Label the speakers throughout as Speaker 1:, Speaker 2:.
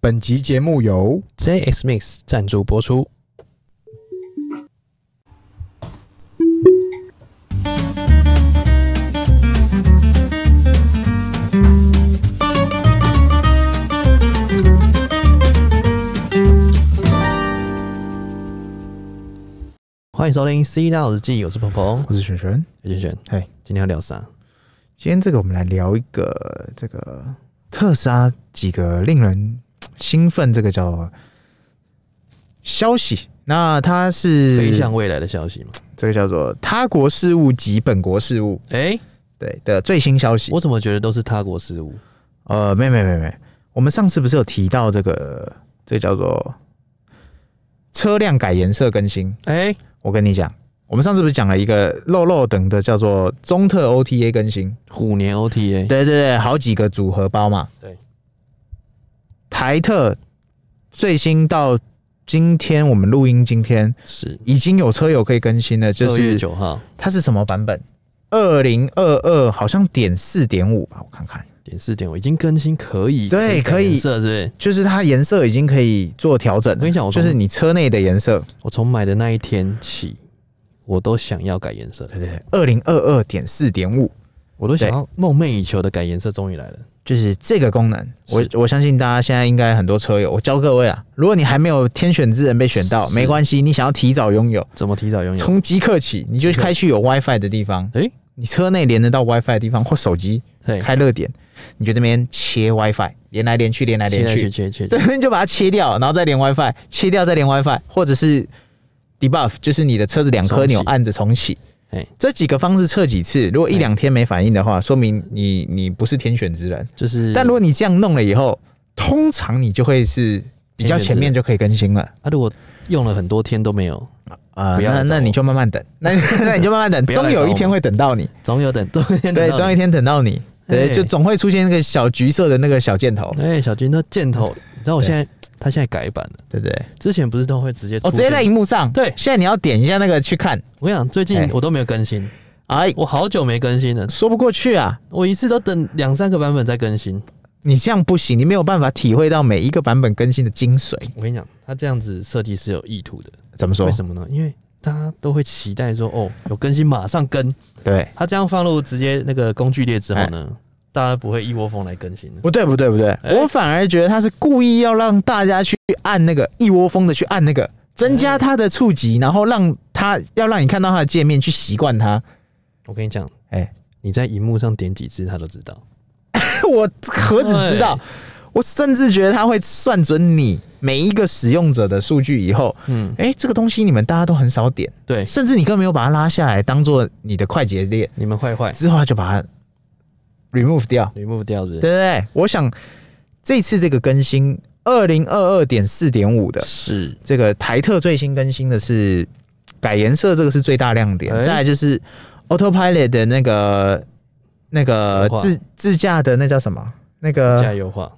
Speaker 1: 本集节目由
Speaker 2: JX Mix 赞助播出。欢迎收听《C 大日记》，我是鹏鹏，
Speaker 1: 我是璇璇。
Speaker 2: 陈轩轩。
Speaker 1: 嘿，
Speaker 2: 今天要聊啥？
Speaker 1: 今天这个我们来聊一个这个特斯拉几个令人兴奋这个叫消息。那它是
Speaker 2: 飞向未来的消息吗？
Speaker 1: 这个叫做他国事务及本国事务
Speaker 2: 哎、
Speaker 1: 对的最新消息
Speaker 2: 我。怎么觉得都是他国事务？
Speaker 1: 呃，没没没没，我们上次不是有提到这个这个叫做车辆改颜色更新？
Speaker 2: 哎、
Speaker 1: 我跟你讲，我们上次不是讲了一个肉肉等的叫做中特 OTA 更新？
Speaker 2: 虎年 OTA，
Speaker 1: 对对对，好几个组合包嘛。
Speaker 2: 对，
Speaker 1: 台特最新到今天我们录音，今天
Speaker 2: 是
Speaker 1: 已经有车友可以更新了，就
Speaker 2: 二月
Speaker 1: 是
Speaker 2: 九号
Speaker 1: 它是什么版本？二零二二好像点四点五吧，我看看，
Speaker 2: 点四点，我已经更新可以，
Speaker 1: 对可以
Speaker 2: 色是不是？
Speaker 1: 就是它颜色已经可以做调整了。
Speaker 2: 我跟你讲我从
Speaker 1: 就是你车内的颜色，
Speaker 2: 我从买的那一天起，我都想要改颜色，
Speaker 1: 对对对，二零二二点四点五，
Speaker 2: 我都想
Speaker 1: 对
Speaker 2: 要梦寐以求的改颜色终于来了。
Speaker 1: 就是这个功能。我
Speaker 2: 是
Speaker 1: 我相信大家现在应该很多车友，我教各位啊，如果你还没有天选之人被选到，
Speaker 2: 是
Speaker 1: 没关系，你想要提早拥有，
Speaker 2: 怎么提早拥有？
Speaker 1: 从即刻起，你就开去有 WiFi 的地方，
Speaker 2: 诶
Speaker 1: 你车内连得到 WiFi 的地方，或手机
Speaker 2: 对，
Speaker 1: 开热点，你就那边切 WiFi，连来连去，连来
Speaker 2: 切
Speaker 1: 连
Speaker 2: 来切
Speaker 1: 去，
Speaker 2: 切切，
Speaker 1: 对，你就把它切掉，然后再连 WiFi，切掉再连 WiFi，或者是 debuff，就是你的车子两颗钮
Speaker 2: 重启
Speaker 1: 按着重启
Speaker 2: 诶。
Speaker 1: 这几个方式测几次，如果一
Speaker 2: 诶
Speaker 1: 两天没反应的话，说明你你不是天选之人。
Speaker 2: 就是。
Speaker 1: 但如果你这样弄了以后，通常你就会是比较前面就可以更新了。
Speaker 2: 啊，如果用了很多天都没有，
Speaker 1: 啊、
Speaker 2: 不要
Speaker 1: 那
Speaker 2: 来找
Speaker 1: 那
Speaker 2: 我
Speaker 1: 你就慢慢 等，那那你就慢慢等，
Speaker 2: 不要
Speaker 1: 终
Speaker 2: 来
Speaker 1: 有
Speaker 2: 找
Speaker 1: 一
Speaker 2: 我
Speaker 1: 天会等到你。
Speaker 2: 总有等，总有等 到
Speaker 1: 对，
Speaker 2: 你
Speaker 1: 总有一天等到你。对，
Speaker 2: 哎
Speaker 1: 就总会出现那个小橘色的那个小箭头，
Speaker 2: 哎、小军，那箭头，你知道我现在他现在改版了，
Speaker 1: 对不对？
Speaker 2: 之前不是都会直接
Speaker 1: 哦，直接在
Speaker 2: 在。
Speaker 1: 荧幕上。
Speaker 2: 对
Speaker 1: 现在你要点一下那个去看。
Speaker 2: 我跟你讲，最
Speaker 1: 哎
Speaker 2: 近我都没有更新，
Speaker 1: 哎，
Speaker 2: 我好久没更新了，
Speaker 1: 说不过去啊！
Speaker 2: 我一次都等两三个版本再更新。
Speaker 1: 你这样不行，你没有办法体会到每一个版本更新的精髓。
Speaker 2: 我跟你讲，他这样子设计是有意图的，
Speaker 1: 怎么说
Speaker 2: 为？什么呢？因为大家都会期待说，哦，有更新马上更。
Speaker 1: 对，
Speaker 2: 他这样放入直接那个工具列之后呢，大家不会一窝蜂来更新。
Speaker 1: 不对，不对，不对，
Speaker 2: 哎
Speaker 1: 我反而觉得他是故意要让大家去按那个一窝蜂的去按那个，增加它的触及，然后让它要让你看到它的界面去习惯它。
Speaker 2: 我跟你讲，
Speaker 1: 哎，
Speaker 2: 你在荧幕上点几次，他都知道。
Speaker 1: 我何止知道
Speaker 2: 对，
Speaker 1: 我甚至觉得它会算准你每一个使用者的数据以后，
Speaker 2: 嗯，哎
Speaker 1: 哎、这个东西你们大家都很少点，
Speaker 2: 对，
Speaker 1: 甚至你根本没有把它拉下来当做你的快捷列，
Speaker 2: 你们坏坏
Speaker 1: 之后它就把它 remove 掉，
Speaker 2: ，remove 掉是
Speaker 1: 对不
Speaker 2: 不是？
Speaker 1: 对？我想这次这个更新二零二二点四点五的
Speaker 2: 是，
Speaker 1: 这个台特最新更新的是改颜色，这个是最大亮点。
Speaker 2: 哎
Speaker 1: 再来就是 Autopilot 的那个那个
Speaker 2: 优化
Speaker 1: 自自驾的那叫什么？那
Speaker 2: 加
Speaker 1: 个
Speaker 2: 油化，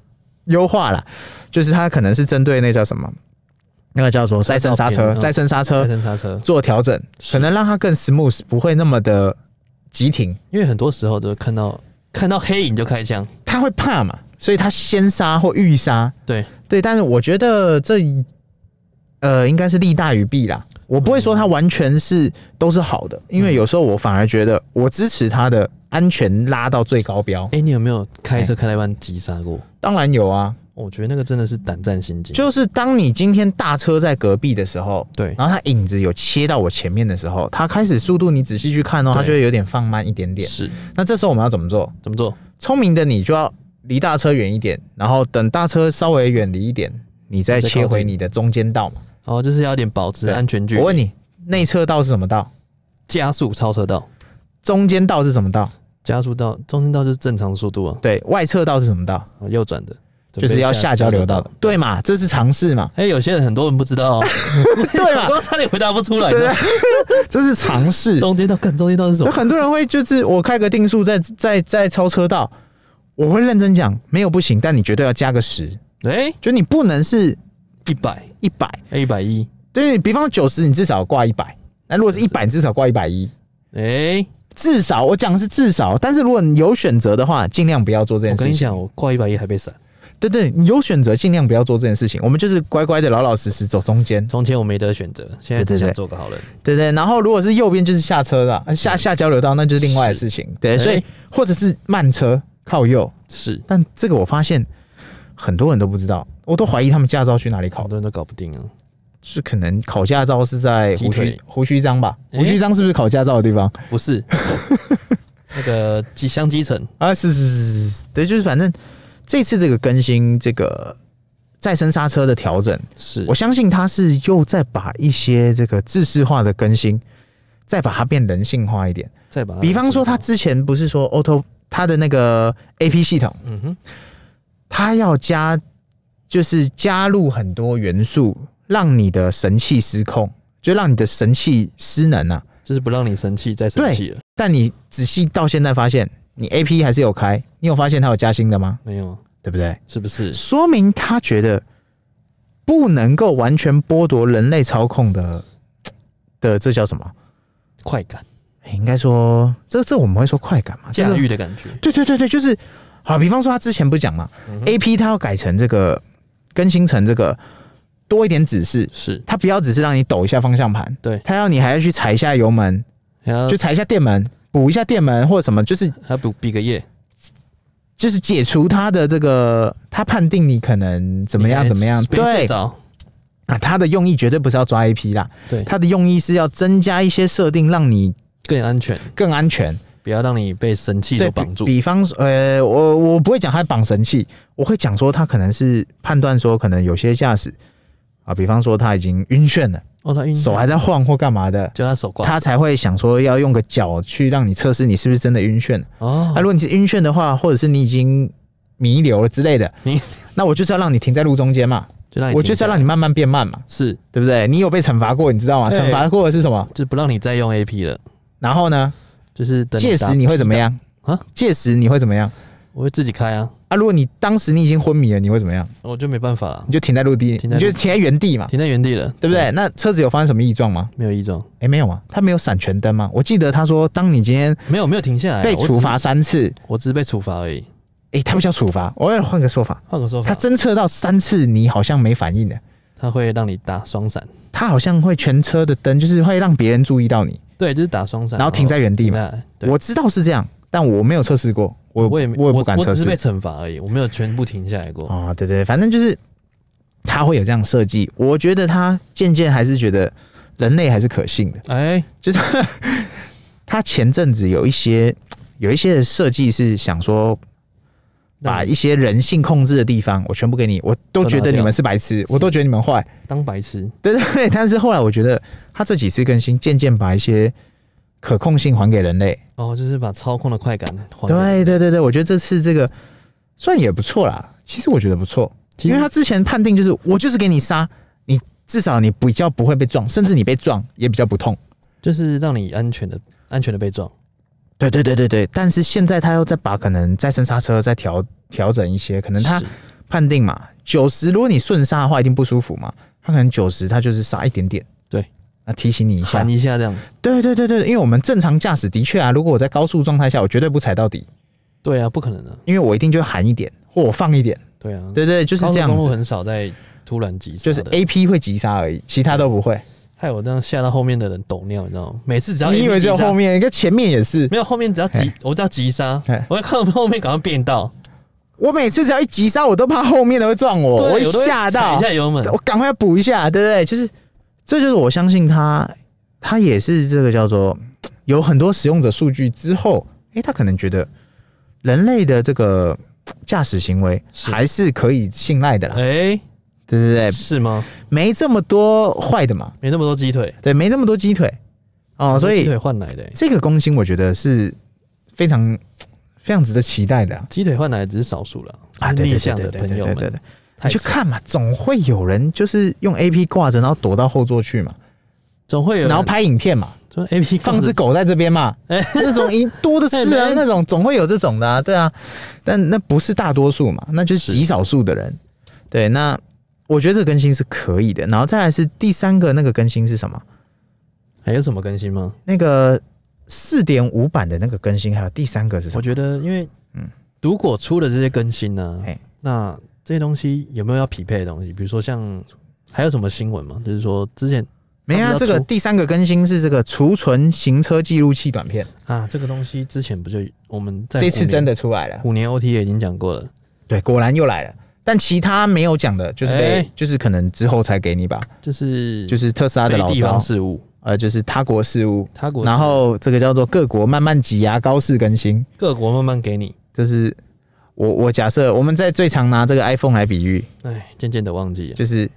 Speaker 1: 优化啦，就是它可能是针对那叫什么？那个叫做再生刹车，
Speaker 2: 嗯
Speaker 1: 再生刹车
Speaker 2: 再生刹车。
Speaker 1: 做调整，
Speaker 2: 是
Speaker 1: 可能让它更 smooth，不会那么的急停。
Speaker 2: 因为很多时候都看到看到黑影就开枪，
Speaker 1: 他会怕嘛，所以他先杀或预杀。
Speaker 2: 对，
Speaker 1: 对，但是我觉得这呃应该是利大于弊啦。我不会说它完全是都是好的，因为有时候我反而觉得我支持它的安全拉到最高标。
Speaker 2: 哎、你有没有开车开到一半急刹过？哦
Speaker 1: 当然有啊，
Speaker 2: 我觉得那个真的是胆战心惊。
Speaker 1: 就是啊当你今天大车在隔壁的时候，
Speaker 2: 对
Speaker 1: 然后它影子有切到我前面的时候，它开始速度你仔细去看哦，它
Speaker 2: 对
Speaker 1: 就会有点放慢一点点。
Speaker 2: 是
Speaker 1: 那这时候我们要怎么做？
Speaker 2: 怎么做？
Speaker 1: 聪明的你就要离大车远一点，然后等大车稍微远离一点，你再
Speaker 2: 再靠
Speaker 1: 切回
Speaker 2: 近
Speaker 1: 你的中间道嘛。
Speaker 2: 哦，就是要有点保持
Speaker 1: 对
Speaker 2: 安全距离。
Speaker 1: 我问你，内车道是什么道？
Speaker 2: 加速超车道，
Speaker 1: 中间道是什么道？
Speaker 2: 加速道中间道就是正常速度啊，
Speaker 1: 对外侧道是什么道？
Speaker 2: 哦右转的，
Speaker 1: 就是要下交流道。对嘛，这是常识嘛
Speaker 2: 哎、有些人很多人不 知道、哦，
Speaker 1: 对
Speaker 2: 我
Speaker 1: 嘛，
Speaker 2: 刚差点回答不出来。
Speaker 1: 对 这是常识。
Speaker 2: 中间道，看中间道是什
Speaker 1: 有
Speaker 2: 么？
Speaker 1: 很多人会就是我开个定速再再再超车道，我会认真讲，没有不行，但你绝对要加个十，
Speaker 2: 哎、
Speaker 1: 就你不能是
Speaker 2: 1一百，
Speaker 1: 一百，
Speaker 2: 哎，一百一，
Speaker 1: 对，比方九十，你至少挂一百，那如果是一百，至少挂一百一。
Speaker 2: 哎，
Speaker 1: 至少我讲的是至少，但是如果你有选择的话，尽量不要做这
Speaker 2: 我
Speaker 1: 件
Speaker 2: 跟
Speaker 1: 事
Speaker 2: 你
Speaker 1: 情。
Speaker 2: 讲，我挂一百一还被闪，
Speaker 1: 对对，你有选择尽量不要做这件事情，我们就是乖乖的老老实实走中间，
Speaker 2: 从前我没得选择，现在
Speaker 1: 对对
Speaker 2: 只想
Speaker 1: 对
Speaker 2: 做个好人。
Speaker 1: 对对。然后如果是右边就是下车的啊，下下交流道那就是另外的
Speaker 2: 是
Speaker 1: 事情，对，
Speaker 2: 哎
Speaker 1: 所以或者是慢车靠右，
Speaker 2: 是，
Speaker 1: 但这个我发现很多人都不知道，我都怀疑他们驾照去哪里考
Speaker 2: 好
Speaker 1: 的，
Speaker 2: 多人都搞不定啊。
Speaker 1: 是可能考驾照是在
Speaker 2: 鸡
Speaker 1: 胡须
Speaker 2: 腿
Speaker 1: 胡须章吧？
Speaker 2: 哎
Speaker 1: 胡须章是不是考驾照的地方？
Speaker 2: 不是，那个机香基层
Speaker 1: 啊，是是是是是，对，就是反正这次这个更新这个再生刹车的调整，
Speaker 2: 是
Speaker 1: 我相信它是又再把一些这个制式化的更新，再把它变人性化一点。
Speaker 2: 再把它
Speaker 1: 比方说，它之前不是说 Auto 它的那个 AP 系统，
Speaker 2: 嗯哼，
Speaker 1: 它要加就是加入很多元素，让你的神器失控，就让你的神器失能啊。
Speaker 2: 就是不让你生气，再生气了
Speaker 1: 但你仔细到现在发现，你 AP 还是有开，你有发现它有加新的吗？
Speaker 2: 没有？啊
Speaker 1: 对不对？
Speaker 2: 是不是？
Speaker 1: 说明他觉得不能够完全剥夺人类操控的的这叫什么？
Speaker 2: 快感
Speaker 1: 诶应该说这这我们会说快感嘛？这
Speaker 2: 驾
Speaker 1: 个
Speaker 2: 驭的感觉，
Speaker 1: 对对对对，就是好，比方说他之前不是讲嘛、
Speaker 2: 嗯哼
Speaker 1: a P 他要改成这个更新成这个多一点指示。
Speaker 2: 是
Speaker 1: 他不要只是让你抖一下方向盘，
Speaker 2: 对嗯
Speaker 1: 他要你还要去踩一下油门，
Speaker 2: 还要
Speaker 1: 就踩一下电门，补一下电门或者什么，就是
Speaker 2: 还要补比个耶，
Speaker 1: 就是解除他的这个，他判定你可能怎么样怎么样，
Speaker 2: 你还没睡
Speaker 1: 对，
Speaker 2: 着
Speaker 1: 啊，他的用意绝对不是要抓 AP 啦，
Speaker 2: 对，
Speaker 1: 他的用意是要增加一些设定，让你
Speaker 2: 更安全，
Speaker 1: 更安全。
Speaker 2: 不要让你被神器所
Speaker 1: 对，
Speaker 2: 绑住。
Speaker 1: 比比方说，呃，我我不会讲他绑神器，我会讲说他可能是判断说，可能有些驾驶啊，比方说他已经晕眩了，
Speaker 2: 哦，他晕
Speaker 1: 手还在晃或干嘛的。
Speaker 2: 就他手挂
Speaker 1: 他才会想说要用个脚去让你测试你是不是真的晕眩。
Speaker 2: 哦
Speaker 1: 啊，如，果你是晕眩的话，或者是你已经弥留了之类的，
Speaker 2: 你
Speaker 1: 那我就是要让你停在路中间嘛，
Speaker 2: 就让你
Speaker 1: 我就是要让
Speaker 2: 你
Speaker 1: 你慢慢变慢嘛，
Speaker 2: 是，
Speaker 1: 对不对？你有被惩罚过，你知道吗？
Speaker 2: 对
Speaker 1: 惩罚过的是什么？
Speaker 2: 就不让你再用 A P 了，
Speaker 1: 然后呢？
Speaker 2: 就是等
Speaker 1: 届
Speaker 2: 打
Speaker 1: 时你会怎么样
Speaker 2: 啊？
Speaker 1: 届时你会怎么样？
Speaker 2: 我会自己开啊，
Speaker 1: 啊，如果你当时你已经昏迷了，你会怎么样？
Speaker 2: 我就没办法了
Speaker 1: 你，就停在陆地，
Speaker 2: 停在
Speaker 1: 你就
Speaker 2: 陆
Speaker 1: 停在原地嘛，
Speaker 2: 停在原地了，
Speaker 1: 对不对？？那车子有发生什么异状吗？
Speaker 2: 没有异状，
Speaker 1: 诶，没有啊，他没有闪全灯吗？我记得他说，当你今天
Speaker 2: 没有没有停下来啊，
Speaker 1: 被
Speaker 2: 我只
Speaker 1: 处罚三次，
Speaker 2: 我只是被处罚而已。
Speaker 1: 诶，他不叫处罚，我要换个说法，
Speaker 2: 换个说
Speaker 1: 他
Speaker 2: 法，
Speaker 1: 侦测到三次你好像没反应的，
Speaker 2: 他会让你打双闪，
Speaker 1: 他好像会全车的灯，就是会让别人注意到你，
Speaker 2: 对，就是打双闪，
Speaker 1: 然后停在原地
Speaker 2: 停
Speaker 1: 嘛。
Speaker 2: 下来。对
Speaker 1: 我知道是这样，但我没有测试过，我
Speaker 2: 我也没
Speaker 1: 我也不敢
Speaker 2: 我
Speaker 1: 测
Speaker 2: 只是
Speaker 1: 试
Speaker 2: 被惩罚而已，我没有全部停下来过。
Speaker 1: 啊、对对，反正就是他会有这样设计。我觉得他渐渐还是觉得人类还是可信的，
Speaker 2: 哎，
Speaker 1: 就是他前阵子有一些有一些的设计是想说。
Speaker 2: 让
Speaker 1: 把
Speaker 2: 你
Speaker 1: 一些人性控制的地方，我全部给你，我都觉得你们是白痴，我都觉得你们坏，
Speaker 2: 当白痴，
Speaker 1: 对对对。但是后来我觉得他这几次更新，渐渐把一些可控性还给人类。
Speaker 2: 哦，就是把操控的快感还给你。
Speaker 1: 对对对对，我觉得这次这个算也不错啦，其实我觉得不错。
Speaker 2: 其
Speaker 1: 因
Speaker 2: 实
Speaker 1: 为他之前判定就是我就是给你杀，你至少你比较不会被撞，甚至你被撞也比较不痛。
Speaker 2: 就是让你安全的、安全的被撞。
Speaker 1: 对对对对对，但是现在他又再把可能再生刹车再调调整一些，可能他
Speaker 2: 是
Speaker 1: 判定嘛九十，90, 如果你顺刹的话一定不舒服嘛，他可能九十他就是刹一点点，
Speaker 2: 对，
Speaker 1: 那提醒你一下
Speaker 2: 喊。一下这样，
Speaker 1: 对对对对，因为我们正常驾驶的确啊，如果我在高速状态下，我绝对不踩到底，
Speaker 2: 对啊，不可能的、啊，
Speaker 1: 因为我一定就喊一点或我放一点。
Speaker 2: 对啊，
Speaker 1: 对对，就是
Speaker 2: 高速
Speaker 1: 这样
Speaker 2: 公路
Speaker 1: 子，
Speaker 2: 很少在突然急刹
Speaker 1: 就
Speaker 2: 的，
Speaker 1: 是 A P 会急刹而已，其他都不会。
Speaker 2: 害我这样吓到后面的人抖尿，你知道吗？每次只要
Speaker 1: 你以
Speaker 2: AP
Speaker 1: 为只有
Speaker 2: 急刹
Speaker 1: 后面，跟前面也是。
Speaker 2: 没有后面只要急，我只要急刹
Speaker 1: 嘿，
Speaker 2: 我要看到后面赶快变道，
Speaker 1: 我每次只要一急刹，我都怕后面的会撞我，
Speaker 2: 对
Speaker 1: 我会
Speaker 2: 都会
Speaker 1: 吓到
Speaker 2: 踩一，下油门，
Speaker 1: 我赶快补一下，对不对？就是，这就是我相信他，他也是这个叫做有很多使用者数据之后，诶、他可能觉得人类的这个驾驶行为
Speaker 2: 是
Speaker 1: 还是可以信赖的啦，
Speaker 2: 哎、
Speaker 1: 对对对，
Speaker 2: 是吗？
Speaker 1: 没这么多坏的嘛，
Speaker 2: 没那么多鸡腿，
Speaker 1: 对，没那么多鸡腿哦，所
Speaker 2: 鸡
Speaker 1: 以
Speaker 2: 腿换来的、欸，
Speaker 1: 这个攻心我觉得是非常非常值得期待的啊
Speaker 2: 鸡腿换来的只是少数了，
Speaker 1: 啊，
Speaker 2: 就是
Speaker 1: 对
Speaker 2: 逆
Speaker 1: 对
Speaker 2: 向
Speaker 1: 对
Speaker 2: 的
Speaker 1: 对对
Speaker 2: 朋
Speaker 1: 对
Speaker 2: 友
Speaker 1: 对对
Speaker 2: 们，。太
Speaker 1: 你去
Speaker 2: 少
Speaker 1: 看嘛，总会有人就是用 A P 挂着，然后躲到后座去嘛，
Speaker 2: 总会有人，
Speaker 1: 然后拍影片嘛，
Speaker 2: 说 A P
Speaker 1: 放只，狗在这边嘛，
Speaker 2: 哎
Speaker 1: 这种一多的 是啊
Speaker 2: 哎，
Speaker 1: 那种总会有这种的啊，对啊，但那不是大多数嘛，那就是
Speaker 2: 是
Speaker 1: 极少数的人。对，那我觉得这个更新是可以的，然后再来是第三个那个更新是什么？
Speaker 2: 还有什么更新吗？
Speaker 1: 那个四点五版的那个更新，还有第三个是什
Speaker 2: 我
Speaker 1: 么？
Speaker 2: 觉得，因为
Speaker 1: 嗯
Speaker 2: 如果出了这些更新呢、
Speaker 1: 嘿
Speaker 2: 那这些东西有没有要匹配的东西？比如说像还有什么新闻吗？就是说之前
Speaker 1: 没
Speaker 2: 他
Speaker 1: 啊，
Speaker 2: 们要
Speaker 1: 这个
Speaker 2: 出
Speaker 1: 第三个更新是这个储存行车记录器短片，
Speaker 2: 啊，这个东西之前不就我们在
Speaker 1: 这次
Speaker 2: 虎年
Speaker 1: 真的出来了。
Speaker 2: 虎年 OT 也已经讲过了，
Speaker 1: 对，果然又来了。但其他没有讲的，就是被、
Speaker 2: 哎
Speaker 1: 就是可能之后才给你吧，
Speaker 2: 就是
Speaker 1: 就是特斯拉的
Speaker 2: 非
Speaker 1: 老
Speaker 2: 地
Speaker 1: 招
Speaker 2: 方，事务，
Speaker 1: 呃，就是他国事务，
Speaker 2: 他国
Speaker 1: 然后这个叫做各国慢慢挤压高速更新，
Speaker 2: 各国慢慢给你，
Speaker 1: 就是我我假设我们在最常拿这个 iPhone 来比喻，
Speaker 2: 哎，渐渐的忘记了，
Speaker 1: 就是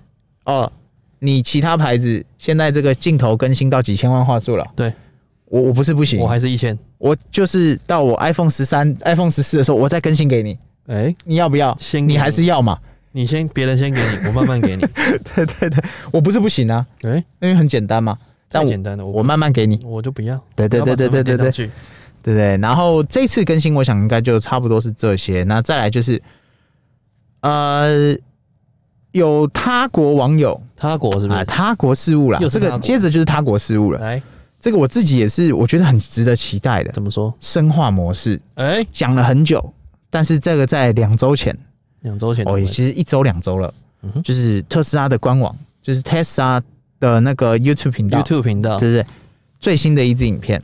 Speaker 1: 哦，你其他牌子现在这个镜头更新到几千万画素了，
Speaker 2: 对
Speaker 1: 我我不是不行，
Speaker 2: 我
Speaker 1: 我
Speaker 2: 还是一千，
Speaker 1: 就是到我 iPhone 十三、iPhone 十四的时候，我再更新给你，
Speaker 2: 哎，
Speaker 1: 你要不要？
Speaker 2: 先给
Speaker 1: 你还是要嘛？
Speaker 2: 你先别人先给你，我慢慢给你，
Speaker 1: 对对对，我不是不行啊，
Speaker 2: 哎，
Speaker 1: 因为很简单嘛。但
Speaker 2: 太
Speaker 1: 我
Speaker 2: 简单了，
Speaker 1: 我
Speaker 2: 我
Speaker 1: 慢慢给你，
Speaker 2: 我就不要，
Speaker 1: 对对
Speaker 2: 我要把
Speaker 1: 对对对
Speaker 2: 成本嗯
Speaker 1: 对
Speaker 2: 垫上
Speaker 1: 对
Speaker 2: 去，
Speaker 1: 对不对？然后这次更新，我想应该就差不多是这些。那再来就是，呃，有他国网友
Speaker 2: 他国是不
Speaker 1: 啊，
Speaker 2: 是？
Speaker 1: 他国事务啦，
Speaker 2: 又是
Speaker 1: 这
Speaker 2: 他国嗯
Speaker 1: 个接着就是他国事务了。
Speaker 2: 来
Speaker 1: 这个我自己也是，我觉得很值得期待的。
Speaker 2: 怎么说？
Speaker 1: 生化模式
Speaker 2: 哎，
Speaker 1: 讲了很久，但是这个在两周前，
Speaker 2: 两周前
Speaker 1: 哦，也
Speaker 2: 怎么
Speaker 1: 其实一周两周了，
Speaker 2: 嗯哼
Speaker 1: 就是特斯拉的官网，就是 Tesla 的那个 YouTube 频道，
Speaker 2: YouTube 啊频道
Speaker 1: 对不对？最新的一支影片。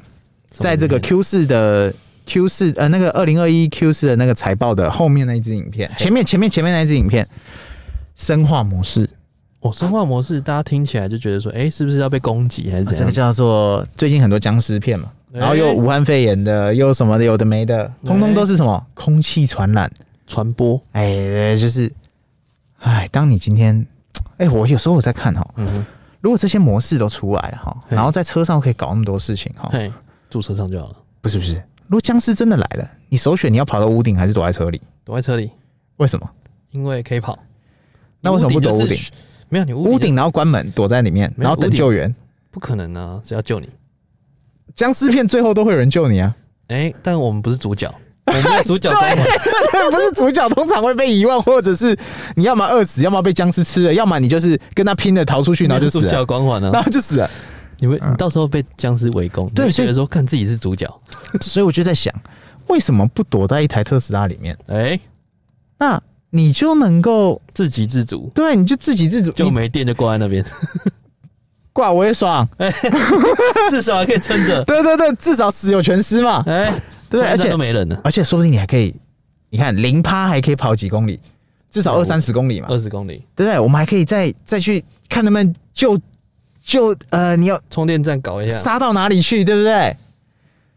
Speaker 1: 在这个 Q 四的 Q 四呃那个二零二一 Q 四的那个财报的后面那一支影片，前面前面前面那一支影片，生化模式，
Speaker 2: 哦，生化模式，大家听起来就觉得说，哎、是不是要被攻击还是怎
Speaker 1: 啊这
Speaker 2: 样
Speaker 1: 个
Speaker 2: 子？
Speaker 1: 叫做最近很多僵尸片嘛，
Speaker 2: 哎
Speaker 1: 然后又武汉肺炎的，又什么的有的没的，通通都是什么空气传染，
Speaker 2: 传播，
Speaker 1: 哎，就是，哎，当你今天，哎，我有时候我在看哈，
Speaker 2: 嗯哼，
Speaker 1: 如果这些模式都出来了哈，
Speaker 2: 嘿
Speaker 1: 然后在车上可以搞那么多事情哈，
Speaker 2: 嘿，住车上就好了，
Speaker 1: 不是不是，如果僵尸真的来了，你首选你要跑到屋顶还是躲在车里？
Speaker 2: 躲在车里，
Speaker 1: 为什么？
Speaker 2: 因为可以跑。
Speaker 1: 那为什么不躲屋顶
Speaker 2: 就是？没有你屋
Speaker 1: 屋
Speaker 2: 顶
Speaker 1: 顶，然后关门躲在里面，
Speaker 2: 没有
Speaker 1: 然后等
Speaker 2: 屋顶
Speaker 1: 救援。
Speaker 2: 不可能啊，谁要救你？
Speaker 1: 僵尸片最后都会有人救你啊，
Speaker 2: 哎、但我们不是主角，我们的主角光环
Speaker 1: 不是主角通常会被遗忘，或者是你要么饿死，要么被僵尸吃了，要么你就是跟他拼了逃出去，然后就
Speaker 2: 主
Speaker 1: 死了，
Speaker 2: 角光环啊
Speaker 1: 然，后就死了。
Speaker 2: 你会你到时候被僵尸围攻，
Speaker 1: 对
Speaker 2: 你会觉
Speaker 1: 所
Speaker 2: 得
Speaker 1: 以
Speaker 2: 说看自己是主角，
Speaker 1: 所以我就在想，为什么不躲在一台特斯拉里面？
Speaker 2: 哎、
Speaker 1: 那你就能够
Speaker 2: 自给自足，
Speaker 1: 对，你就自给自足，
Speaker 2: 就
Speaker 1: 你
Speaker 2: 没电就挂在那边，
Speaker 1: 挂我也爽。
Speaker 2: 至少还可以撑着，
Speaker 1: 对对对，至少死有全尸嘛。
Speaker 2: 哎、
Speaker 1: 对，而
Speaker 2: 车上
Speaker 1: 且嗯
Speaker 2: 都没人了，
Speaker 1: 而且说不定你还可以，你看零趴还可以跑几公里，至少
Speaker 2: 哦
Speaker 1: 二三十公里嘛。
Speaker 2: 二十公里，
Speaker 1: 对不对？我们还可以再再去看他们就就呃，你要
Speaker 2: 充电站搞一下
Speaker 1: 杀到哪里去，对不对？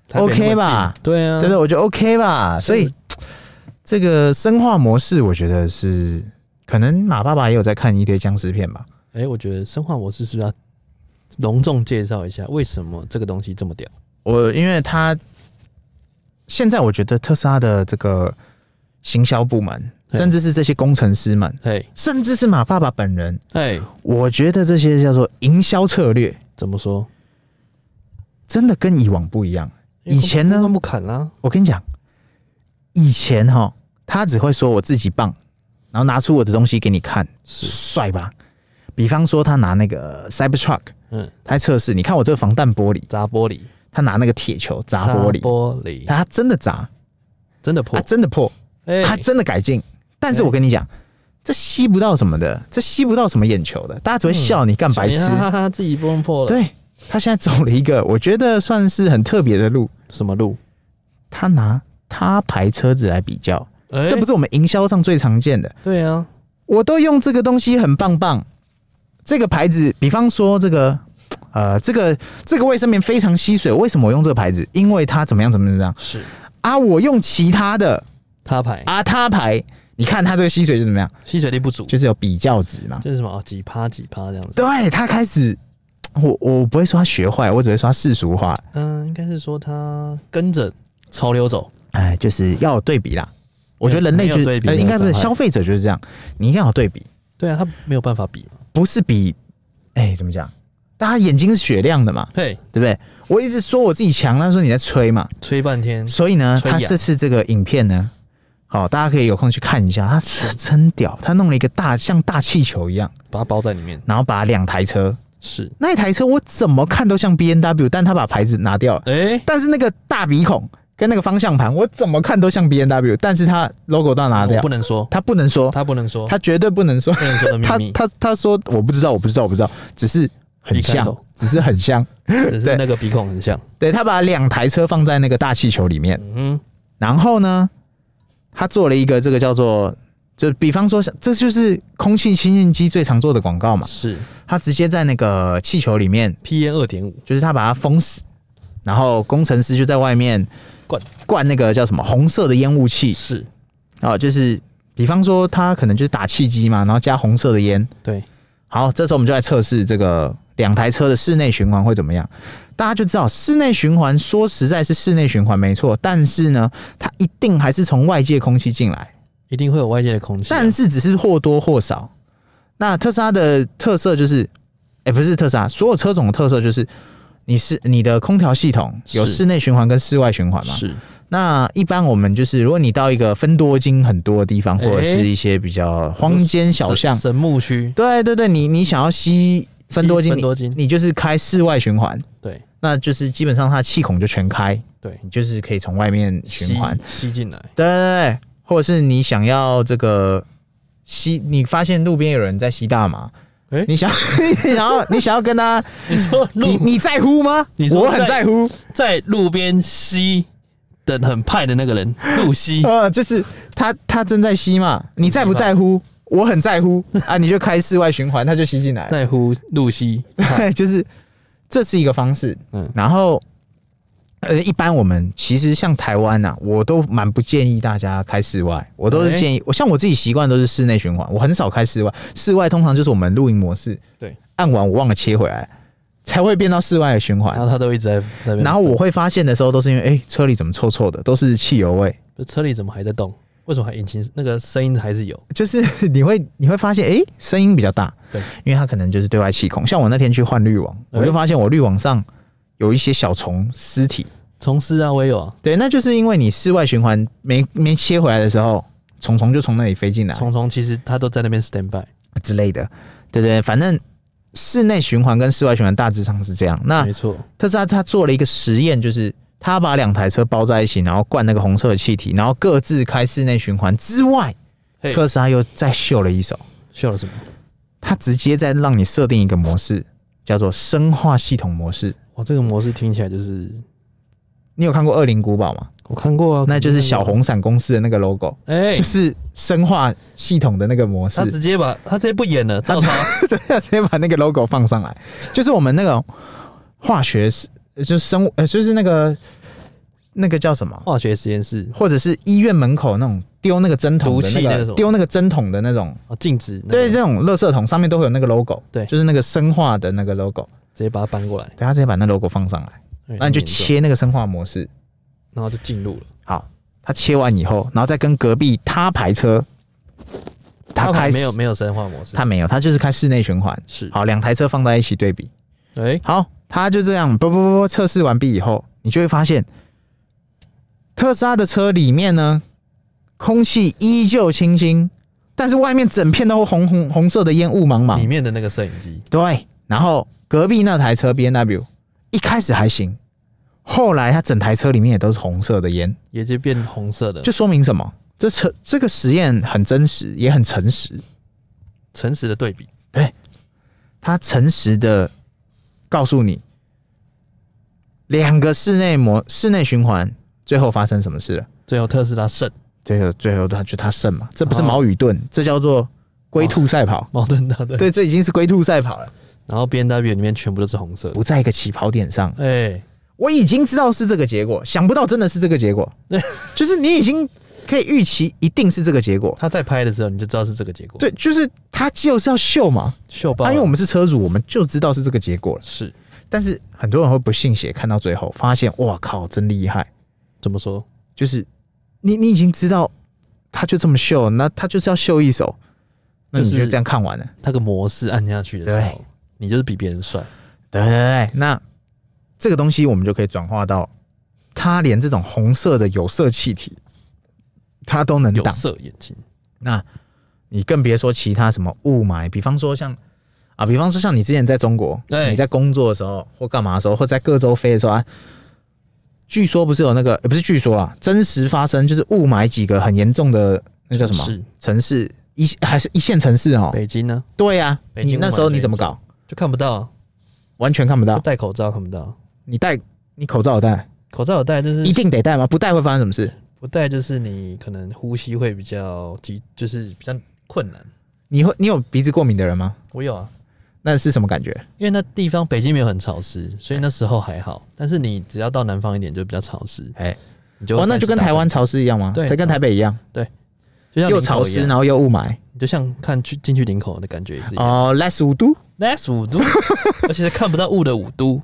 Speaker 2: 台北那么
Speaker 1: OK 吧
Speaker 2: 近对啊，
Speaker 1: 对不对？我觉得 OK 吧。所以这个生化模式，我觉得是可能马爸爸也有在看一堆僵尸片吧。
Speaker 2: 哎、我觉得生化模式是不是要隆重介绍一下为什么这个东西这么屌？
Speaker 1: 我因为他现在我觉得特斯拉的这个行销部门，
Speaker 2: 对
Speaker 1: 甚至是这些工程师们，
Speaker 2: 嘿，
Speaker 1: 甚至是马爸爸本人，
Speaker 2: 哎，
Speaker 1: 我觉得这些叫做营销策略，
Speaker 2: 怎么说？
Speaker 1: 真的跟以往不一样。以前呢
Speaker 2: 因为他们不砍啦、
Speaker 1: 我跟你讲，以前哈，他只会说我自己棒，然后拿出我的东西给你看，
Speaker 2: 是，
Speaker 1: 帅吧？比方说他拿那个 Cybertruck，
Speaker 2: 嗯，
Speaker 1: 他在测试，你看我这个防弹玻璃，
Speaker 2: 砸玻璃，
Speaker 1: 他拿那个铁球砸玻璃，
Speaker 2: 玻璃，
Speaker 1: 他真的砸，
Speaker 2: 真的破
Speaker 1: 他，真的破，
Speaker 2: 哎、
Speaker 1: 他真的改进。但是我跟你讲，这吸不到什么的，这吸不到什么眼球的，大家只会笑你干白痴。
Speaker 2: 嗯哈哈哈，哎自己崩破了，，
Speaker 1: 对他现在走了一个我觉得算是很特别的路，
Speaker 2: 什么路？
Speaker 1: 他拿他牌车子来比较。
Speaker 2: 哎
Speaker 1: 这不
Speaker 2: 是
Speaker 1: 是我们营销上最常见的。
Speaker 2: 对啊，
Speaker 1: 我都用这个东西很棒棒，这个牌子，比方说这个，呃，这个这个卫生棉非常吸水，为什么我用这个牌子？因为它怎么样怎么样怎么样
Speaker 2: 是
Speaker 1: 啊？我用其他的
Speaker 2: 他牌
Speaker 1: 啊，它牌，你看它这个吸水就怎么样，
Speaker 2: 吸水力不足，
Speaker 1: 就是有比较值嘛。
Speaker 2: 就是什么哦，几趴几趴这样子。
Speaker 1: 对，它开始，我我不会说它学坏，我只会说它世俗化，
Speaker 2: 嗯，应该是说他跟着潮流走，
Speaker 1: 哎，就是要有对比啦。我觉得人类就
Speaker 2: 没有
Speaker 1: 是
Speaker 2: 对比
Speaker 1: 呃
Speaker 2: 没有
Speaker 1: 应该不是
Speaker 2: 伤害
Speaker 1: 消费者就是这样，你一定要有对比。
Speaker 2: 对啊，他没有办法比嘛。
Speaker 1: 不是比，哎、怎么讲？大家眼睛是雪亮的嘛，
Speaker 2: 嘿，
Speaker 1: 对不对？我一直说我自己强，他说你在吹嘛，
Speaker 2: 吹半天，
Speaker 1: 所以呢，
Speaker 2: 吹
Speaker 1: 他
Speaker 2: 痒
Speaker 1: 这次这个影片呢，好，大家可以有空去看一下，他是真屌，他弄了一个大像大气球一样，
Speaker 2: 把它包在里面，
Speaker 1: 然后把两台车，
Speaker 2: 是，
Speaker 1: 那一台车我怎么看都像 B N W，但他把牌子拿掉了，
Speaker 2: 哎、
Speaker 1: 但是那个大鼻孔跟那个方向盘，我怎么看都像 B N W，但是它 logo 都要拿
Speaker 2: 我
Speaker 1: 掉
Speaker 2: 不，能说，
Speaker 1: 他不能说，
Speaker 2: 他不能说，
Speaker 1: 他绝对不能说，
Speaker 2: 不能说的秘
Speaker 1: 他
Speaker 2: 密，
Speaker 1: 他他说我不知道，我不知道，我不知道，只是很
Speaker 2: 一开
Speaker 1: 像
Speaker 2: 头，
Speaker 1: 只是很像。
Speaker 2: 只是
Speaker 1: 对
Speaker 2: 那个鼻孔很像。
Speaker 1: 对他把两台车放在那个大气球里面，
Speaker 2: 嗯，
Speaker 1: 然后呢，他做了一个这个叫做，就比方说，这就是空气清净机最常做的广告嘛，
Speaker 2: 是
Speaker 1: 他直接在那个气球里面，
Speaker 2: PM 二点五，
Speaker 1: 就是他把它封死，然后工程师就在外面
Speaker 2: 灌
Speaker 1: 灌那个叫什么红色的烟雾气
Speaker 2: 是
Speaker 1: 哦，就是比方说他可能就是打气机嘛，然后加红色的烟，
Speaker 2: 对，
Speaker 1: 好，这时候我们就来测试这个两台车的室内循环会怎么样。大家就知道，室内循环说实在是室内循环没错，但是呢，它一定还是从外界空气进来，
Speaker 2: 一定会有外界的空气啊。
Speaker 1: 但是只是或多或少。那特斯拉的特色就是，哎、不是特斯拉，所有车种的特色就是，你是你的空调系统有
Speaker 2: 是
Speaker 1: 室内循环跟室外循环嘛？
Speaker 2: 是
Speaker 1: 那一般我们就是，如果你到一个分多金很多的地方，或者
Speaker 2: 哎
Speaker 1: 是一些比较荒间小巷
Speaker 2: 神，神木区，
Speaker 1: 对对对，你你想要吸分多精，
Speaker 2: 分多精
Speaker 1: 你你就是开室外循环，
Speaker 2: 对
Speaker 1: 那就是基本上它气孔就全开，
Speaker 2: 对，
Speaker 1: 你就是可以从外面
Speaker 2: 吸
Speaker 1: 循环。
Speaker 2: 吸进来，
Speaker 1: 对对对，或者是你想要这个吸，你发现路边有人在吸大麻。
Speaker 2: 诶
Speaker 1: 你想， 你想要，你想要跟他，
Speaker 2: 你说
Speaker 1: 你
Speaker 2: 路
Speaker 1: 你在乎吗？
Speaker 2: 你说
Speaker 1: 我很
Speaker 2: 在
Speaker 1: 在乎，
Speaker 2: 在路边吸的很派的那个人，路吸，
Speaker 1: 呃，就是他他正在吸嘛，你在不在乎？我很在乎啊，你就开室外循环，他就吸进 来了。
Speaker 2: 在乎路吸，
Speaker 1: 对， 就是这是一个方式。
Speaker 2: 嗯
Speaker 1: 嗯，然后呃，一般我们其实像台湾呐、我都蛮不建议大家开室外，我都是
Speaker 2: 哎
Speaker 1: 建议，我像我自己习惯都是室内循环，我很少开室外。室外通常就是我们露营模式，
Speaker 2: 对，
Speaker 1: 按完我忘了切回来，才会变到室外的循
Speaker 2: 然
Speaker 1: 环。
Speaker 2: 后他都一直在那边。
Speaker 1: 哦然后我会发现的时候，都是因为哎、车里怎么臭臭的，都是汽油 味。
Speaker 2: 这车里怎么还在动？为什么还引擎那个声音还是有？
Speaker 1: 就是你会你会发现，哎、声音比较大，
Speaker 2: 对，
Speaker 1: 因为它可能就是对外气孔。像我那天去换滤网，我就
Speaker 2: 哎
Speaker 1: 发现我滤网上有一些小虫尸体，
Speaker 2: 虫师啊，我也有啊，
Speaker 1: 对，那就是因为你室外循环没没切回来的时候，虫虫就从那里飞进来
Speaker 2: 虫虫其实它都在那边 stand by，
Speaker 1: 之类的，对对，反正室内循环跟室外循环大致上是这样。那
Speaker 2: 没错，
Speaker 1: 特斯拉它做了一个实验，就是它把两台车包在一起，然后灌那个红色的气体，然后各自开室内循环之外，
Speaker 2: 嘿
Speaker 1: 特斯拉又再秀了一手，
Speaker 2: 秀了什么？
Speaker 1: 它直接在让你设定一个模式，叫做生化系统模式。
Speaker 2: 哇，这个模式听起来就是
Speaker 1: 你有看过《恶灵古堡》吗？
Speaker 2: 我看过啊，
Speaker 1: 那就是小
Speaker 2: 红。
Speaker 1: 红伞公司的那个 logo，
Speaker 2: 哎、
Speaker 1: 就是生化系统的那个模式
Speaker 2: 他。直接把他直接不演了，照抄，
Speaker 1: 对， 直接把那个 logo 放上来，就是我们那个化学是，就是生物，呃，就是那个那个叫什么，
Speaker 2: 化学实验室
Speaker 1: 或者是医院门口那种丢那个针筒
Speaker 2: 毒
Speaker 1: 的
Speaker 2: 气
Speaker 1: 那
Speaker 2: 那个什
Speaker 1: 个
Speaker 2: 么
Speaker 1: 丢那个针筒的那种，
Speaker 2: 哦，禁止、那
Speaker 1: 对，
Speaker 2: 个
Speaker 1: 那种垃圾桶上面都会有那个 logo，
Speaker 2: 对
Speaker 1: 就是那个生化的那个 logo，
Speaker 2: 直接把它搬过来，
Speaker 1: 对，他直接把那 logo 放上来，
Speaker 2: 哎
Speaker 1: 那你就，切那个生化模式，
Speaker 2: 很严重然后就进入了。
Speaker 1: 好，他切完以后，然后再跟隔壁他牌车，他
Speaker 2: 它
Speaker 1: 开
Speaker 2: 没有
Speaker 1: 始
Speaker 2: 没有生化模式，
Speaker 1: 他没有，他就是开室内循环，
Speaker 2: 是
Speaker 1: 好，两台车放在一起对比。
Speaker 2: 哎、
Speaker 1: 好，他就这样，不不不不，测试完毕以后，你就会发现，特斯拉的车里面呢，空气依旧清新，但是外面整片都红红红色的烟雾茫
Speaker 2: 里
Speaker 1: 茫。
Speaker 2: 面的那个摄影机
Speaker 1: 对，然后隔壁那台车 B N W 一开始还行，后来它整台车里面也都是红色的烟，
Speaker 2: 也就变红色的，
Speaker 1: 就说明什么？这车这个实验很真实，也很诚实，
Speaker 2: 诚实的对比，
Speaker 1: 它诚实的告诉你，两个室内模室内循环最后发生什么事了？
Speaker 2: 最后特斯拉胜，
Speaker 1: 最后最后他就他胜嘛，这不是
Speaker 2: 哦
Speaker 1: 矛与盾，这叫做龟兔赛跑。
Speaker 2: 矛盾大对。
Speaker 1: 对，这已哦经是龟兔赛跑了，
Speaker 2: 然后 B N W 里面全部都是红色的，
Speaker 1: 不在一个起跑点上。
Speaker 2: 哎、
Speaker 1: 我已经知道是这个结果，想不到真的是这个结果， 就是你已经可以预期一定是这个结果。
Speaker 2: 他在拍的时候你就知道是这个结果，，
Speaker 1: 对，就是他就是要秀嘛，
Speaker 2: 秀爆
Speaker 1: 啊，
Speaker 2: 了，
Speaker 1: 因为我们是车主，我们就知道是这个结果了。
Speaker 2: 是
Speaker 1: 但是很多人会不信邪，看到最后发现，哇靠，真厉害。
Speaker 2: 怎么说？
Speaker 1: 就是你你已经知道他就这么秀，那他就是要秀一手，那你
Speaker 2: 就
Speaker 1: 就是这样看完了。
Speaker 2: 他个模式按下去的时候
Speaker 1: 对，
Speaker 2: 你就是比别人帅，
Speaker 1: 对对对，那这个东西我们就可以转化到，他连这种红色的有色气体，他都能
Speaker 2: 有
Speaker 1: 挡。
Speaker 2: 色眼睛，
Speaker 1: 那你更别说其他什么雾霾，比方说像啊，比方说像你之前在中国，
Speaker 2: 对
Speaker 1: 你在工作的时候或干嘛的时候，或在各州飞的时候啊，据说不是有那个，呃不是据说啊，真实发生就是雾霾几个很严重的那叫什么
Speaker 2: 是
Speaker 1: 城市，一还是一线城市哦。
Speaker 2: 北京呢，
Speaker 1: 对呀、
Speaker 2: 北
Speaker 1: 你
Speaker 2: 京雾霾
Speaker 1: 那时候你怎么搞？
Speaker 2: 就看不到，
Speaker 1: 完全看不
Speaker 2: 就
Speaker 1: 到。
Speaker 2: 戴口罩看不到，啊
Speaker 1: 你戴你口罩有戴，
Speaker 2: 口罩有戴，就是
Speaker 1: 一定得戴吗？不戴会发生什么事？
Speaker 2: 不戴，就是你可能呼吸会比较急，就是比较困难。
Speaker 1: 你会你有鼻子过敏的人吗？
Speaker 2: 我有啊，
Speaker 1: 那是什么感觉？
Speaker 2: 因为那地方北京没有很潮湿，所以那时候还好。但是你只要到南方一点就比较潮湿，
Speaker 1: 哎、
Speaker 2: 你就
Speaker 1: 哦，那就跟台湾潮湿一样吗？
Speaker 2: 对
Speaker 1: 才跟台北一样，
Speaker 2: 就像
Speaker 1: 又
Speaker 2: 林口
Speaker 1: 潮
Speaker 2: 一
Speaker 1: 湿，
Speaker 2: 样，
Speaker 1: 然后又雾霾。
Speaker 2: 你就像看去进去林口的感觉也是一样。啊
Speaker 1: 哦，less 五度，
Speaker 2: That's 五度，而且是看不到雾的五度。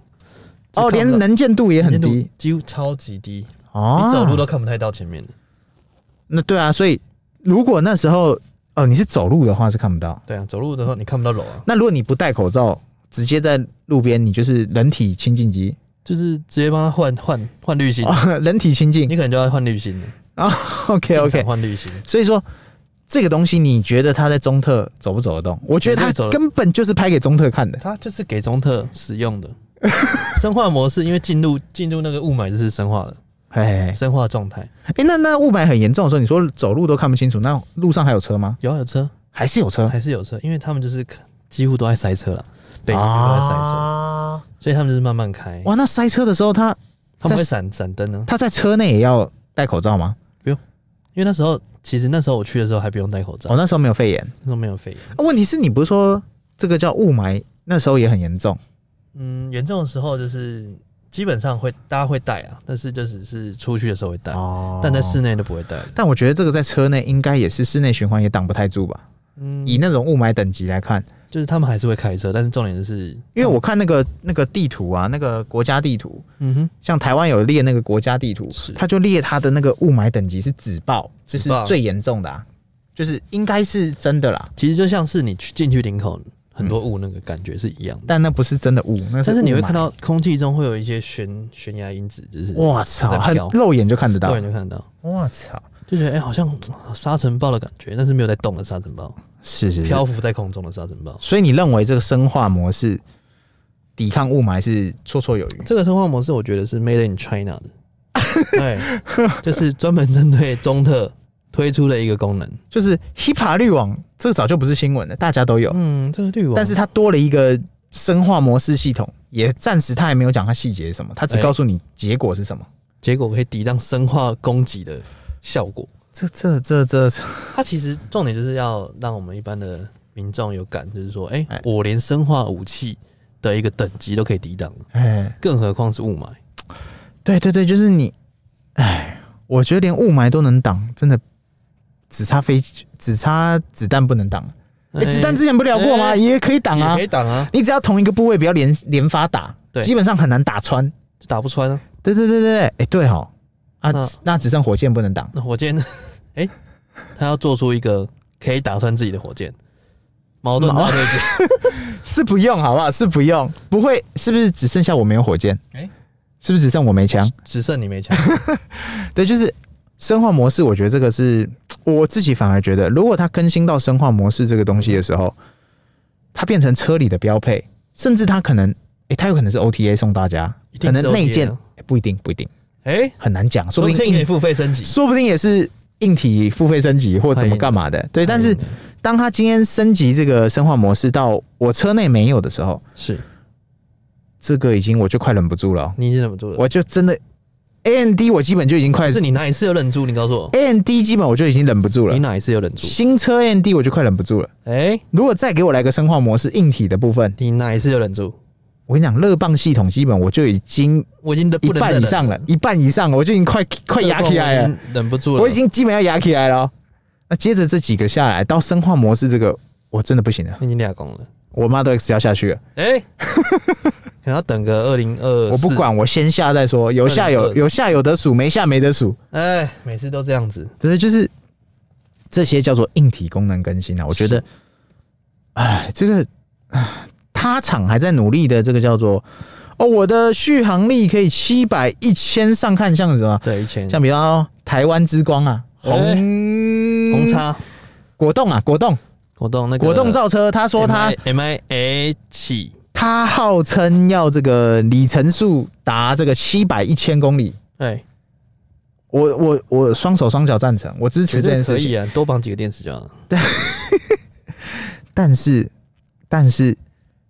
Speaker 1: 哦，连能见度也很
Speaker 2: 见度
Speaker 1: 低。
Speaker 2: 几乎超级低，
Speaker 1: 哦，
Speaker 2: 你走路都看不太到前面的。
Speaker 1: 那对啊，所以如果那时候哦你是走路的话是看不到，
Speaker 2: 对啊，走路的时候你看不到楼啊，
Speaker 1: 那如果你不戴口罩，直接在路边，你就是人体清净机，
Speaker 2: 就是直接帮他换换换滤芯，
Speaker 1: 哦、 人体清净
Speaker 2: 你。可能就要换滤芯了。
Speaker 1: OK
Speaker 2: 进场
Speaker 1: OK，
Speaker 2: 换滤芯，
Speaker 1: 所以说这个东西，你觉得它在中特走不走得动？我觉得
Speaker 2: 绝对走
Speaker 1: 它
Speaker 2: 得
Speaker 1: 根本就是拍给中特看的。
Speaker 2: 它就是给中特使用的。 生化模式，因为进入进入那个雾霾就是生化了，
Speaker 1: 哎哎、
Speaker 2: 生化状态。
Speaker 1: 诶哎那那雾霾很严重的时候，你说走路都看不清楚，那路上还有车吗？
Speaker 2: 有啊有车，
Speaker 1: 还是有车？
Speaker 2: 还是有车，因为他们就是几乎都在塞车了，北京都在塞车，
Speaker 1: 啊！
Speaker 2: 所以他们就是慢慢开，
Speaker 1: 哇，那塞车的时候，他
Speaker 2: 他们
Speaker 1: 在
Speaker 2: 会闪闪灯呢。
Speaker 1: 他在车内也要戴口罩吗？
Speaker 2: 因为那时候其实那时候我去的时候还不用戴口罩，
Speaker 1: 哦我、那时候没有肺炎。
Speaker 2: 那时候没有肺炎。
Speaker 1: 啊问题是你不是说这个叫雾霾，那时候也很严重
Speaker 2: 嗯，严重的时候就是基本上会大家会戴啊，但是就只是出去的时候会戴，
Speaker 1: 哦
Speaker 2: 但在室内就不会戴。
Speaker 1: 但我觉得这个在车内应该也是室内循环也挡不太住吧？
Speaker 2: 嗯，
Speaker 1: 以那种雾霾等级来看，
Speaker 2: 就是他们还是会开车，但是重点就是
Speaker 1: 因为我看那个那个地图啊，那个国家地图，
Speaker 2: 嗯哼
Speaker 1: 像台湾有列那个国家地图
Speaker 2: 是，
Speaker 1: 它就列它的那个雾霾等级是紫爆，这是
Speaker 2: 紫爆
Speaker 1: 最严重的啊，就是应该是真的啦，
Speaker 2: 其实就像是你去进去林口很多雾那个感觉是一样的，
Speaker 1: 但那不是真的雾，那
Speaker 2: 但
Speaker 1: 是
Speaker 2: 是你会
Speaker 1: 雾霾
Speaker 2: 看，到空气中会有一些悬悬崖因子，就是
Speaker 1: 我操，
Speaker 2: 在
Speaker 1: 很
Speaker 2: 飘
Speaker 1: 肉眼就看得
Speaker 2: 肉
Speaker 1: 到
Speaker 2: 眼，就看得到，
Speaker 1: 我操，
Speaker 2: 就觉得哎、好像啊沙尘暴的感觉，但是没有在动的沙尘暴，
Speaker 1: 是是是
Speaker 2: 漂浮在空中的沙尘暴。
Speaker 1: 所以你认为这个生化模式抵抗雾霾是绰绰有余？
Speaker 2: 这个生化模式我觉得是 Made in China 的， 对，就是专门针对中特推出的一个功能。
Speaker 1: 就是 HIPAA 滤网，这早就不是新闻了，大家都有，
Speaker 2: 嗯，这个滤网，
Speaker 1: 但是它多了一个生化模式系统，也暂时它还没有讲它细节是什么，它只
Speaker 2: 哎
Speaker 1: 告诉你结果是什么。
Speaker 2: 结果可以抵挡生化攻击的效果。
Speaker 1: 这这这这这
Speaker 2: 它其实重点就是要让我们一般的民众有感，就是说，哎、
Speaker 1: 哎
Speaker 2: 我连生化武器的一个等级都可以抵挡了，
Speaker 1: 哎，
Speaker 2: 更何况是雾霾。
Speaker 1: 对对对，就是你，哎，我觉得连雾霾都能挡，真的只差飞只差子弹不能挡。哎、子弹之前不聊过吗？
Speaker 2: 哎
Speaker 1: 也可以挡
Speaker 2: 也
Speaker 1: 啊
Speaker 2: 可，以挡啊，
Speaker 1: 你只要同一个部位不要连连发打，
Speaker 2: 对
Speaker 1: 基本上很难打穿。
Speaker 2: 就打不穿啊。
Speaker 1: 对对对对对，哎、对哦，啊，
Speaker 2: 那
Speaker 1: 那只剩火箭不能挡，
Speaker 2: 那火箭呢？ 哎、他要做出一个可以打穿自己的火箭，矛盾大对决。
Speaker 1: 是不用好不好？是不用，不会，是不是只剩下我没有火箭？
Speaker 2: 哎
Speaker 1: 是不是只剩我没枪？
Speaker 2: 只剩你 没枪，
Speaker 1: 对，就是生化模式，我觉得这个是我自己反而觉得，如果它更新到生化模式这个东西的时候，它变成车里的标配，甚至它可能，哎、它有可能是 OTA 送大家，
Speaker 2: 一
Speaker 1: 可
Speaker 2: 定是
Speaker 1: 能内
Speaker 2: OTA
Speaker 1: 件、
Speaker 2: 啊
Speaker 1: 哎不一定，不一定，
Speaker 2: 哎、
Speaker 1: 很难讲，说
Speaker 2: 说
Speaker 1: 不
Speaker 2: 不
Speaker 1: 定
Speaker 2: 定可以
Speaker 1: 硬，
Speaker 2: 付费升级。
Speaker 1: 说不定也是硬体付费升级或怎么干嘛的，对， 但是。
Speaker 2: 嗯
Speaker 1: 当他今天升级这个生化模式到我车内没有的时候，
Speaker 2: 是
Speaker 1: 这个已经我就快忍不住了哦，
Speaker 2: 你已经忍不住了，
Speaker 1: 我就真的 A N D 我基本就已经快
Speaker 2: 是你哪一次有忍住？你告诉我，
Speaker 1: A N D 基本我就已经忍不住了
Speaker 2: 你，哪一次有忍住？
Speaker 1: 新车 A N D 我就快忍不住了。
Speaker 2: 哎、
Speaker 1: 如果再给我来个生化模式硬体的部分，
Speaker 2: 你哪一次有忍住？
Speaker 1: 我跟你讲，热棒系统基本我就已经
Speaker 2: 我已经忍
Speaker 1: 一
Speaker 2: 不能再
Speaker 1: 半
Speaker 2: 忍
Speaker 1: 以上了，一半以上了，我就已经快快压起来了，，
Speaker 2: 忍不住了。
Speaker 1: 我已经基本要压起来了哦。那接着这几个下来，到生化模式这个，我真的不行了，
Speaker 2: 已经俩公了。
Speaker 1: 我 Model X 要下去了。
Speaker 2: 哎、可能要等个二零二，
Speaker 1: 我不。管，我先下再说，有下有
Speaker 2: 2024
Speaker 1: 有下有得数，没下没得数。
Speaker 2: 哎、每次都这样子。
Speaker 1: 对，就是这些叫做硬体功能更新啊。我觉得
Speaker 2: 是，
Speaker 1: 哎，这个唉他厂还在努力的这个叫做哦，我的续航力可以七百一千上看，像什么？啊
Speaker 2: 对，以前
Speaker 1: 像比方台湾之光啊，
Speaker 2: 嗯哎
Speaker 1: 红、嗯
Speaker 2: 红叉
Speaker 1: 果冻啊，果冻
Speaker 2: 果冻那个
Speaker 1: 果冻造车，他说他
Speaker 2: M I H，
Speaker 1: 他号称要这个里程数达这个七百一千公里，
Speaker 2: 哎，
Speaker 1: 我我我双手双脚赞成，我支
Speaker 2: 绝
Speaker 1: 持这
Speaker 2: 对
Speaker 1: 件
Speaker 2: 可
Speaker 1: 事情。
Speaker 2: 以啊，多绑几个电池就好了。
Speaker 1: 但是，但是，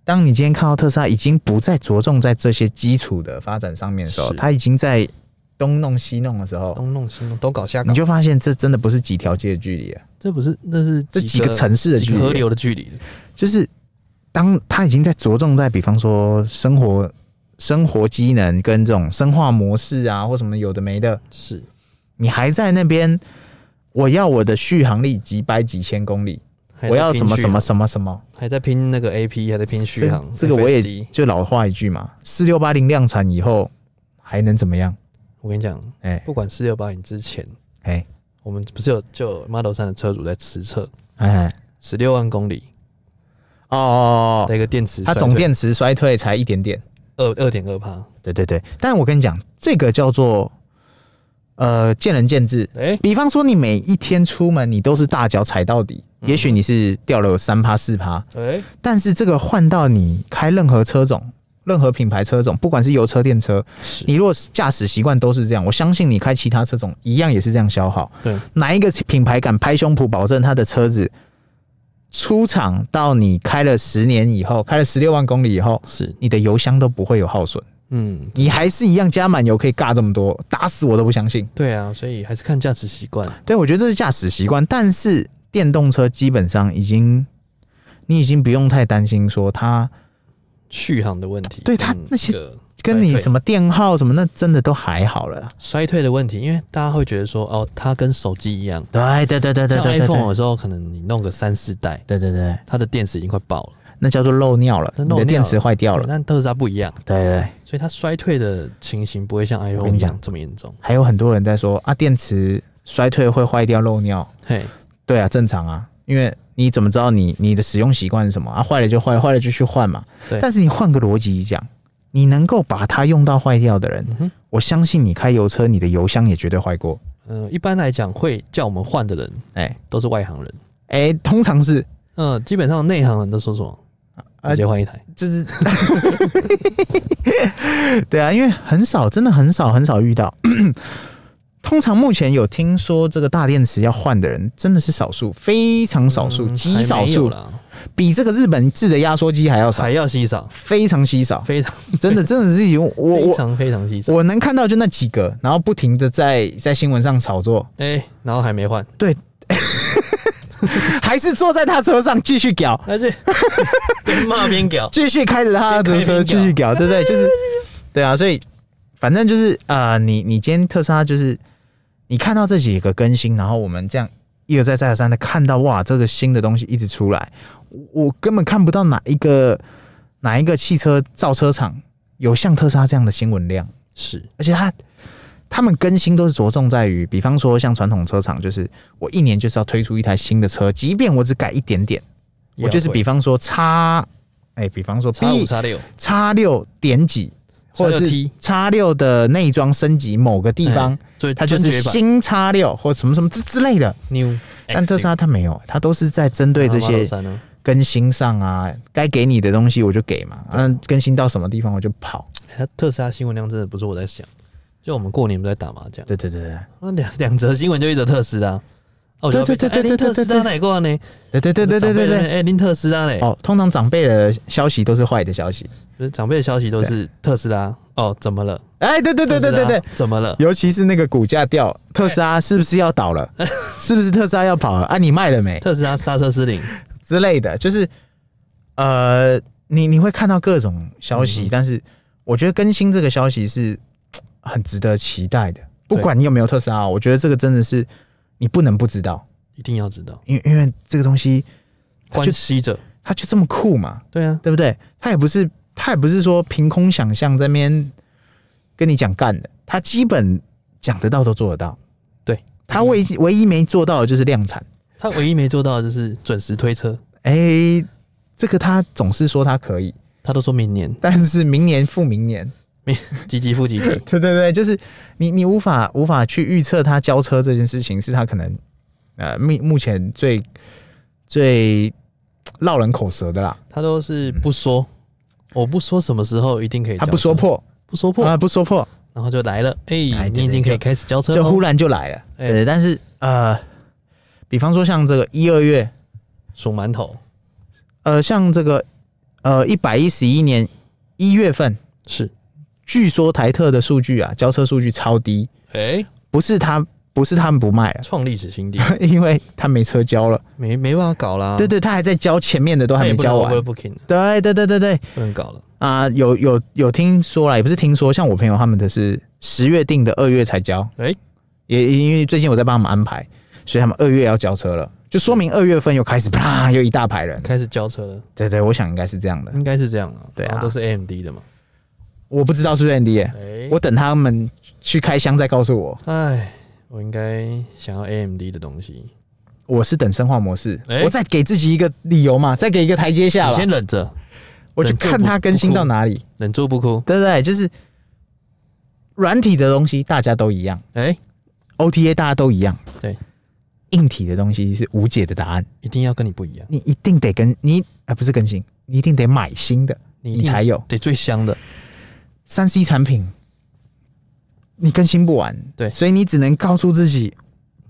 Speaker 1: 当你今天看到特斯拉已经不再着重在这些基础的发展上面的时候，
Speaker 2: 是
Speaker 1: 它已经在东弄西弄的时候，
Speaker 2: 东弄西弄，东搞下搞
Speaker 1: 你，就发现这真的不是几条街的距离了，啊
Speaker 2: 这不是那是
Speaker 1: 这几个城市的
Speaker 2: 几
Speaker 1: 距
Speaker 2: 个河
Speaker 1: 离了，啊
Speaker 2: 流的距离。
Speaker 1: 就是当它已经在着重在，比方说生活。生活机能跟这种生化模式啊，或什么有的没的，
Speaker 2: 是，
Speaker 1: 你还在那边，我要我的续航力几百几千公里，
Speaker 2: 还在
Speaker 1: 我要
Speaker 2: 拼
Speaker 1: 什么
Speaker 2: 续
Speaker 1: 什么
Speaker 2: 航，
Speaker 1: 什么什么，
Speaker 2: 还在拼那个 AP，还在拼续航。
Speaker 1: 这这个我也
Speaker 2: FSD
Speaker 1: 就老话一句嘛，四六八零量产以后还能怎么样？
Speaker 2: 我跟你讲，
Speaker 1: 哎、
Speaker 2: 不管四六八零之前，
Speaker 1: 哎
Speaker 2: 我们不是有就有 Model 三的车主在实测
Speaker 1: 哎
Speaker 2: 十六万公里
Speaker 1: 哦哦哦
Speaker 2: 的一个电池，
Speaker 1: 它总电池衰退才一点点，
Speaker 2: 二二点二帕。
Speaker 1: 对对对。但我跟你讲，这个叫做呃见仁见智。
Speaker 2: 哎，
Speaker 1: 比方说，你每一天出门，你都是大脚踩到底，也许你是掉了三趴四趴，
Speaker 2: 哎，
Speaker 1: 但是这个换到你开任何车种、任何品牌车种，不管是油车、电车，
Speaker 2: 是
Speaker 1: 你如果驾驶习惯都是这样，我相信你开其他车种一样也是这样消耗。
Speaker 2: 对，
Speaker 1: 哪一个品牌敢拍胸脯保证他的车子出厂到你开了十年以后，开了十六万公里以后，
Speaker 2: 是，
Speaker 1: 你的油箱都不会有耗损？
Speaker 2: 嗯，
Speaker 1: 你还是一样加满油可以尬这么多，打死我都不相信。
Speaker 2: 对啊，所以还是看驾驶习惯。
Speaker 1: 对，我觉得这是驾驶习惯，但是电动车基本上已经，你已经不用太担心说它
Speaker 2: 续航的问题，
Speaker 1: 对它
Speaker 2: 嗯
Speaker 1: 那些
Speaker 2: 这个
Speaker 1: 跟你
Speaker 2: 衰退
Speaker 1: 什么电耗什么，那真的都还好了啦。
Speaker 2: 衰退的问题，因为大家会觉得说，哦，它跟手机一样，
Speaker 1: 对对对对对
Speaker 2: 像
Speaker 1: 对对
Speaker 2: iPhone
Speaker 1: 对
Speaker 2: 有时候可能你弄个三四代，
Speaker 1: 对对对，
Speaker 2: 它的电池已经快爆了，
Speaker 1: 那叫做漏尿了，
Speaker 2: 那
Speaker 1: 你
Speaker 2: 漏
Speaker 1: 的
Speaker 2: 尿
Speaker 1: 电池坏掉
Speaker 2: 对
Speaker 1: 了。
Speaker 2: 但特斯拉不一样，
Speaker 1: 对对对。
Speaker 2: 所以它衰退的情形不会像
Speaker 1: 我跟
Speaker 2: iPhone
Speaker 1: 你
Speaker 2: 一
Speaker 1: 讲
Speaker 2: 样这么严重。
Speaker 1: 还有很多人在说啊，电池衰退会坏掉漏尿，
Speaker 2: 嘿，
Speaker 1: 对啊，正常啊，因为你怎么知道你你的使用习惯是什么啊？坏了就坏了，坏了就去换嘛。
Speaker 2: 对
Speaker 1: 但是你换个逻辑讲，你能够把它用到坏掉的人，
Speaker 2: 嗯哼，
Speaker 1: 我相信你开油车，你的油箱也绝对坏过。
Speaker 2: 呃，一般来讲会叫我们换的人
Speaker 1: 哎、
Speaker 2: 都是外行人，
Speaker 1: 哎、通常是
Speaker 2: 嗯、基本上内行人都说什么，
Speaker 1: 啊
Speaker 2: 直接换一台，
Speaker 1: 就是 对啊，因为很少，真的很少很少遇到。 通常目前有听说这个大电池要换的人，真的是少数，非常少数，
Speaker 2: 嗯
Speaker 1: 极、
Speaker 2: 还没
Speaker 1: 少数
Speaker 2: 有。啦，
Speaker 1: 比这个日本制的压缩机还要少，
Speaker 2: 还要稀少，
Speaker 1: 非常稀少，
Speaker 2: 非常
Speaker 1: 真的真的是有我
Speaker 2: 非
Speaker 1: 我
Speaker 2: 常非常稀少。
Speaker 1: 我能看到就那几个，然后不停的在在新闻上炒作，
Speaker 2: 哎、然后还没换，
Speaker 1: 还是坐在他车上继续搞，
Speaker 2: 而 且边骂边屌，
Speaker 1: 继续开着他的车继续搞，对不对？ 就是对啊，所以反正就是呃，你你今天特斯拉就是你看到这几个更新，然后我们这样一而再再而三的看到哇，这个新的东西一直出来，我我根本看不到哪一个哪一个汽车造车厂有像特斯拉这样的新闻量。
Speaker 2: 是
Speaker 1: 而且它他们更新都是着重在于，比方说像传统车厂，就是我一年就是要推出一台新的车，即便我只改一点点，我就是比方说叉，哎、比方说 B
Speaker 2: 叉五叉六，
Speaker 1: 叉六点几，或者
Speaker 2: T
Speaker 1: 是叉六的内装升级某个地方，
Speaker 2: 哎所以
Speaker 1: 它就是新叉六或什么什么之之类的。
Speaker 2: new，
Speaker 1: 但特斯拉它没有，它都是在针对这些
Speaker 2: 三啊呢，
Speaker 1: 更新上啊，该给你的东西我就给嘛，嗯，更新到什么地方我就跑。
Speaker 2: 它哎特斯拉新闻量真的不是我在想，就我们过年不是在打麻将，
Speaker 1: 对对对对
Speaker 2: 那两两则新闻就一则特斯拉，哦，我就要被
Speaker 1: 对对
Speaker 2: 哎
Speaker 1: 对对
Speaker 2: 林
Speaker 1: 对
Speaker 2: 特斯拉哪一个呢？
Speaker 1: 对对对对对对对
Speaker 2: 长辈。那边哎，林特斯拉嘞，
Speaker 1: 哦，通常长辈的消息都是坏的消息。
Speaker 2: 就是长辈的消息都是特斯拉，哦，怎么了？
Speaker 1: 哎，对对对对对对
Speaker 2: 特，斯拉，怎么了？
Speaker 1: 尤其是那个股价掉，特斯拉是不是要倒了？是不是特斯拉要跑了？啊，你卖了没
Speaker 2: 特斯拉刹车失灵，
Speaker 1: 之类的，就是呃，你你会看到各种消息，但是我觉得更新这个消息是嘖很值得期待的。不
Speaker 2: 对
Speaker 1: 管你有没有特斯拉，我觉得这个真的是你不能不知道，
Speaker 2: 一定要知道，
Speaker 1: 因为因为这个东西它
Speaker 2: 关
Speaker 1: 就
Speaker 2: 系着，
Speaker 1: 它就这么酷嘛，
Speaker 2: 对啊，
Speaker 1: 对不对？他也不是他也不是说凭空想象在那边跟你讲干的，他基本讲得到都做得到。
Speaker 2: 对
Speaker 1: 他唯一唯一没做到的就是量产。
Speaker 2: 他唯一没做到的就是准时推车，
Speaker 1: 哎、这个他总是说他可以，
Speaker 2: 他都说明年，
Speaker 1: 但是明年复明年，
Speaker 2: 明积极复 积极，
Speaker 1: 对对对，就是你你无法无法去预测他交车这件事情是他可能呃目目前最最落人口舌的啦，
Speaker 2: 他都是不说，我不说什么时候一定可以交车，
Speaker 1: 他不说破
Speaker 2: 不说破，
Speaker 1: 啊、不说破，
Speaker 2: 然后就来了，哎、
Speaker 1: 哎对
Speaker 2: 你已经可以开始交车
Speaker 1: 就忽
Speaker 2: 了。
Speaker 1: 然就来了。
Speaker 2: 哎
Speaker 1: 对，但是呃，比方说像这个一二月，
Speaker 2: 数馒头
Speaker 1: 呃，像这个呃一百一十一年一月份，
Speaker 2: 是，
Speaker 1: 据说台特的数据啊，交车数据超低，
Speaker 2: 哎、
Speaker 1: 不是他不是他们不卖了，啊
Speaker 2: 创历史新低，
Speaker 1: 因为他没车交了。
Speaker 2: 没没办法搞啦。
Speaker 1: 对，对，他还在交前面的都
Speaker 2: 啊他
Speaker 1: 还
Speaker 2: 也
Speaker 1: 没
Speaker 2: 不能
Speaker 1: 交完。
Speaker 2: overbooking，
Speaker 1: 对对对对对
Speaker 2: 不能搞了。
Speaker 1: 啊、有有有听说啦，也不是听说，像我朋友他们的是十月定的，二月才交。
Speaker 2: 哎
Speaker 1: 也因为最近我在帮他们安排，所以他们二月要交车了，就说明二月份又开始啪，又一大排人。
Speaker 2: 开始交车了，
Speaker 1: 对对，我想应该是这样的，
Speaker 2: 应该是这样啊。
Speaker 1: 对啊
Speaker 2: 然后都是 AMD 的嘛。
Speaker 1: 我不知道是不是 Andy，耶、
Speaker 2: 哎、
Speaker 1: 我等他们去开箱再告诉我。
Speaker 2: 哎，我应该想要 AMD 的东西。你
Speaker 1: 我是等生化模式，
Speaker 2: 哎
Speaker 1: 我再给自己一个理由嘛，再给一个台阶下吧
Speaker 2: 先，忍着，
Speaker 1: 我去看它更新到哪里，
Speaker 2: 忍住不哭。
Speaker 1: 对不对？就是软体的东西大家都一样
Speaker 2: 哎、
Speaker 1: ，OTA 大家都一样，
Speaker 2: 对，
Speaker 1: 硬体的东西是无解的答案，
Speaker 2: 一定要跟你不一样，
Speaker 1: 你一定得跟你啊、不是更新，你一定得买新的，
Speaker 2: 你
Speaker 1: 你才有
Speaker 2: 得哦最香的。
Speaker 1: 三 C 产品。你更新不完，
Speaker 2: 对
Speaker 1: 所以你只能告诉自己，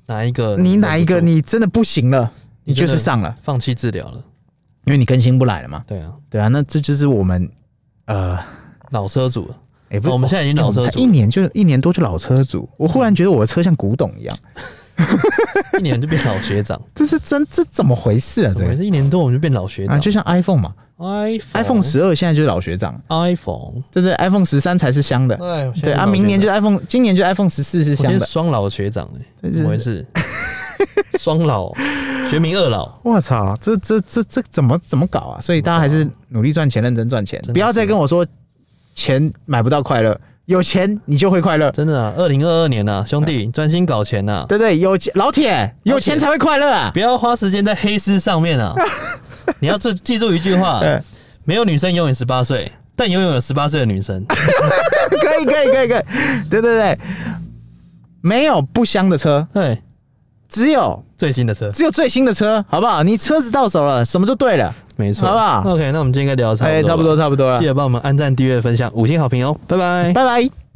Speaker 2: 哪一个？
Speaker 1: 你哪一个
Speaker 2: 忍不住
Speaker 1: 你真的不行了，你
Speaker 2: 你真
Speaker 1: 就
Speaker 2: 的
Speaker 1: 是上了，
Speaker 2: 放弃治疗了？
Speaker 1: 因为你更新不来了嘛。
Speaker 2: 对啊，
Speaker 1: 对啊，那这就是我们呃，
Speaker 2: 老车主了，
Speaker 1: 也、不是、
Speaker 2: 哦我们现在已经老车主
Speaker 1: 哎我们才一年就一年多就老车主。我忽然觉得我的车像古董一样，
Speaker 2: 一年就变老学 长，
Speaker 1: 这是真这怎么回事啊？
Speaker 2: 怎
Speaker 1: 这
Speaker 2: 么回
Speaker 1: 个
Speaker 2: 事？一年多我们就变老学
Speaker 1: 啊，
Speaker 2: 长？
Speaker 1: 就像 iPhone 嘛
Speaker 2: iPhone
Speaker 1: ，iPhone 十二现在就是老学长，
Speaker 2: iPhone，
Speaker 1: 对不对？iPhone 十三才是香的。
Speaker 2: 哎，我现
Speaker 1: 对
Speaker 2: 在
Speaker 1: 啊，
Speaker 2: 老学长
Speaker 1: 明年就 iPhone，今年就 iPhone 十四是
Speaker 2: 我今
Speaker 1: 香
Speaker 2: 天
Speaker 1: 的。
Speaker 2: 双老学长哎，
Speaker 1: 是
Speaker 2: 怎么回事？双老，学名二老，
Speaker 1: 我操，这这这这怎么怎么搞啊？所以大家还是努力赚钱，认真赚钱
Speaker 2: 真的，是
Speaker 1: 不要再跟我说钱买不到快乐，有钱你就会快乐，
Speaker 2: 真的啊！二零二二年呐，兄弟，专心搞钱呐，
Speaker 1: 对不对？有钱老铁，有钱才会快乐啊！
Speaker 2: 不要花时间在黑丝上 面啊！你要记记住一句话
Speaker 1: 嗯：
Speaker 2: 没有女生永远十八岁，但永远有十八岁的女生。
Speaker 1: 可以可以可以可以，对对对，没有不香的车，
Speaker 2: 对，
Speaker 1: 只有
Speaker 2: 最新的车，
Speaker 1: 只有最新的车，好不好？你车子到手了，什么就对了。
Speaker 2: 没错，
Speaker 1: 好不好
Speaker 2: ？OK，那我们今天应该聊得差不多，
Speaker 1: 哎，差不多。差不多了
Speaker 2: 记，得帮我们按赞、订阅、分享、五星好评哦，拜拜。
Speaker 1: 拜拜。